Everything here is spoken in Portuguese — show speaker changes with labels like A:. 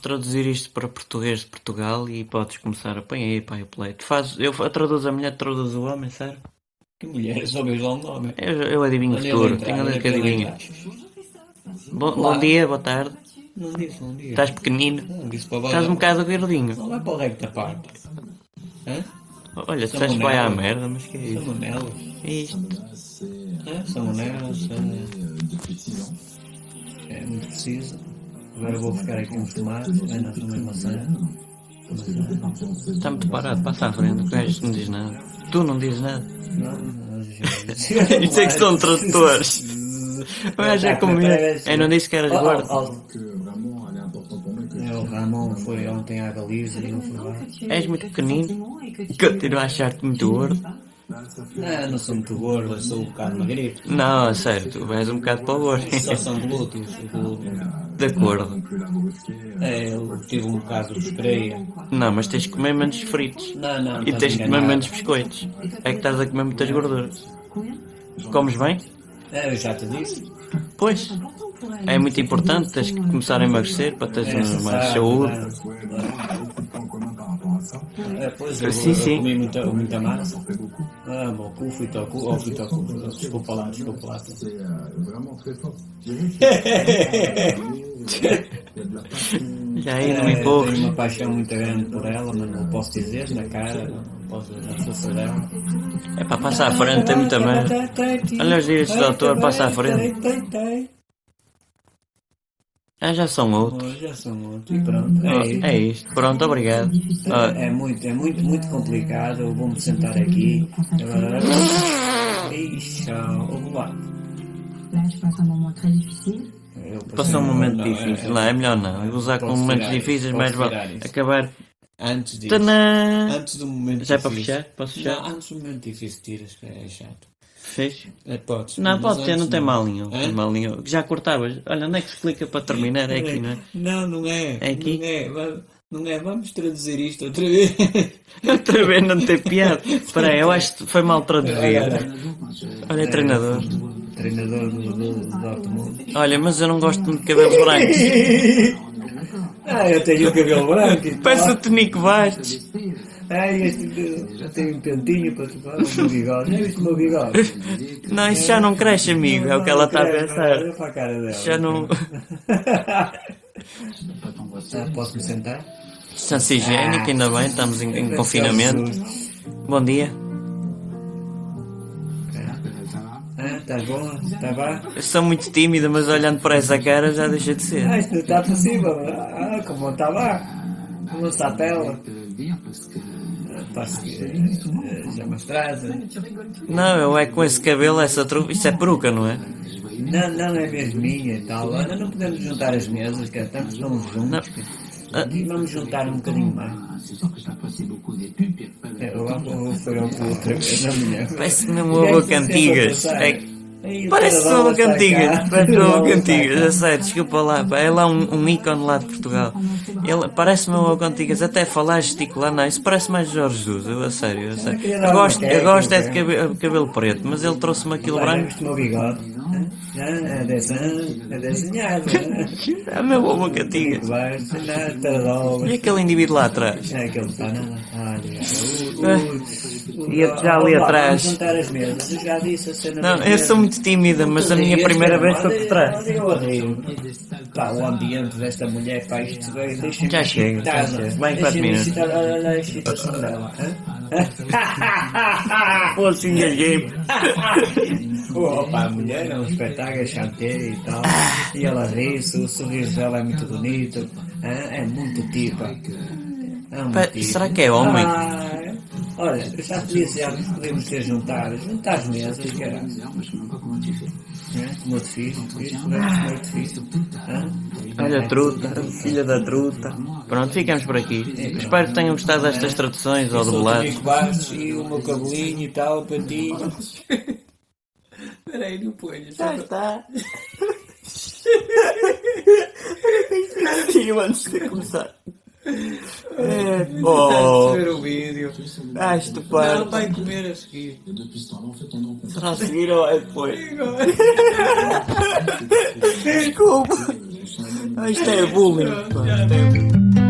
A: traduzir isto para português de Portugal e podes começar a põe aí pai o play. Tu fazes, eu fa- traduzo a mulher, traduzo o homem, sério?
B: Que mulher, só vejo lá o nome.
A: Eu, eu adivinho o
B: Olha
A: futuro,
B: ele entrar,
A: tenho a
B: olha
A: ler que
B: ele
A: adivinho.
B: entrar.
A: Bom, bom dia, boa tarde.
B: Não disse, não disse.
A: Estás pequenino?
B: Não disse para baixo.
A: Estás um bocado gordinho.
B: Não vai para o recto da parte. Hã?
A: Olha, tu estás vai à merda, mas que é isso?
B: Salmonelas.
A: É isto.
B: Hã? Salmonelas. é- É muito preciso. Agora vou buscar aqui uns tomates. Vai na tua maçã.
A: Está muito parado, passa à frente, o gajo não diz nada. Tu não dizes nada.
B: Não, não, já-
A: Isto é que são tradutores. O gajo é como eu. Eu não disse que eras
B: Oh, oh,
A: gordo.
B: oh.
C: que vraiment elle est importante pour moi que
B: É, O Ramon foi ontem à Galiza e não foi lá.
A: És muito pequenino. Continuo a achar-te muito gordo.
B: Não, não sou muito gordo, eu sou um bocado magrito.
A: Não, a sério, tu és um bocado para o gordo.
B: Só são glúteos. o glúteo.
A: De acordo.
C: plus la brusquer.
B: É, eu tive um bocado de estreia.
A: Não, mas tens de comer menos fritos.
B: Não, não,
A: E
B: estás
A: tens de comer
B: enganado.
A: menos biscoitos. É que estás a comer muitas gorduras. Comes bem?
B: É, eu já te disse.
A: Pois. É muito importante, tens que começar a emagrecer para
B: É,
A: teres mais
B: sabe,
A: saúde.
C: Ouais, vraiment, on a beaucoup de points communs par rapport à ça.
B: não. É, pois, eu,
A: Sim,
B: eu
A: sim.
B: comi muita, muita
C: On
B: massa.
C: s'en fait beaucoup.
B: Ah, meu cu, fui teu cu, oh, fui teu cu. Desculpa lá, desculpa lá.
C: C'est euh, vraiment très fort. Je dirais que c'est- Il y a de la passion.
A: Já
B: É,
A: aí não me
B: eu tenho
A: empurres.
B: uma paixão muito grande por ela, mas não posso dizer na cara, não posso dizer na força dela.
A: É pá, passa à frente, tem muita merda. Olha os direitos do autor, passa à frente. Ah, já são outros.
B: Hoje já são outros e pronto. É, isso.
A: É isto. Pronto, obrigado. Ah,
B: é muito, é muito, muito complicado. Eu vou-me sentar aqui. Ixi, vamos lá.
D: Là, je passe un moment très difficile.
B: Eu passei
A: Passou um momento
B: não,
A: difícil.
B: é-
A: Não, é melhor não. Eu usar com
B: Posso
A: momentos
B: tirar isso,
A: difíceis,
B: posso
A: mais vale
B: tirar isso. Tá.
A: acabar.
B: Antes disso.
A: Tanã!
B: Antes do momento
A: Já é para
B: difícil.
A: fechar? Posso fechar?
B: Não, antes do momento difícil tiras, que é chato.
A: Fez?
B: É, podes.
A: Não,
B: mas
A: pode ter,
B: antes
A: não tem mal nenhum.
B: É?
A: Tem mal nenhum. Já cortavas. Olha, onde é que se clica para terminar? É aqui, não é?
B: Não, não é.
A: É aqui?
B: Não é. Va- não é. Vamos traduzir isto outra vez.
A: Outra vez não tem piada. Espera aí, eu acho que foi mal traduzido. Olha, treinador.
B: Treinador do, do, do Dortmund.
A: Olha, mas eu não gosto muito de cabelos brancos.
B: Ah, eu tenho o cabelo branco.
A: Parece o Tonico Bastos.
B: Ai, este, já tenho um pentinho para tocar o meu bigode. Já viste o meu bigode?
A: Não, isso já não cresce, amigo. É o que ela está a
B: Não, não,
A: pensar.
B: Olha para a cara dela.
A: Já não.
B: Ah, Posso-me sentar?
A: Distância higiênica, é um ainda bem, estamos em, em um confinamento. Bom dia.
B: Ah, estás bom? Está bem?
A: Eu sou muito tímido, mas olhando para essa cara já deixa de
B: Ah,
A: ser.
B: isto está possível. Ah, como está lá? Como está a tela? Parece que eh, já me atrasa.
A: Não, eu é com esse cabelo, essa truque. Isso é peruca, não é?
B: Não, não é mesmo minha e tal. Olha, não podemos juntar as mesas, que estamos tão juntos. que-
A: Ah.
B: E vamos juntar um bocadinho mais. É, Eu lá vou foi ao cu outra vez na manhã.
A: Parece mesmo o Hugo Cantigas. É que- Parece o Hugo Cantigas. Parece o Hugo Cantigas. É Eu sei, desculpa lá. pá, Ele é um, um ícone lá de Portugal. Ele parece-me o Hugo Cantigas. Até falar, gesticular, não. Isso parece mais Jorge Jesus. Eu, a sério, eu sei. Eu gosto, eu gosto é de cabelo, cabelo preto, mas ele trouxe-me aquilo branco.
B: Branco meu bigode. Ah, é desenhado. É desenhado.
A: É mesmo o Hugo Cantigas.
B: Vai, nada, tarolas.
A: E aquele indivíduo lá atrás?
B: É aquele banana. Olha.
A: Ia-te É, já ali atrás.
B: Vamos juntar as mesas. Eu já disse a cena
A: Não,
B: das
A: eu
B: mesas.
A: sou muito tímida, mas a minha primeira vez foi por trás.
B: Olha, olha, eu rio. Pá, o ambiente desta mulher, pá, isto vai- deixa-me
A: Já chega, já
B: excitada.
A: chega. Vai em quatro
B: Deixa-me
A: minutos.
B: excitada, Olha olha é a excitação dela. hã?
A: Ou assim, engasguei
B: Oh, pá, a mulher é um espetáculo, é chanteira e tal. E ela ri-se, o sorriso dela é muito bonito. hã? É muito tipa. É uma
A: Pá,
B: tipa.
A: será que é homem?
B: Ah, olha, eu já te disse, já podemos ter juntado. Juntar as mesas, caralho. Né? Como eu te fiz, isso, como é eu te fiz. Hã?
A: Olha a truta, filha da truta. Pronto, ficamos por aqui. Espero que tenham gostado destas traduções ou
B: Sou o
A: dubladas.
B: Tonico Bastos e o meu cabelinho e tal, o pantinho. Espera aí, não ponho. Já
A: está. antes de começar. Oh, ah,
B: ver o vídeo.
A: acho que
B: Não, vai comer a seguir.
C: Depuis ce temps-là, en fait, on est en contact.
A: Será a seguir ou é depois? Desculpa.
C: Je suis un homme
A: Ah, isto é bullying. pá, isto é bullying.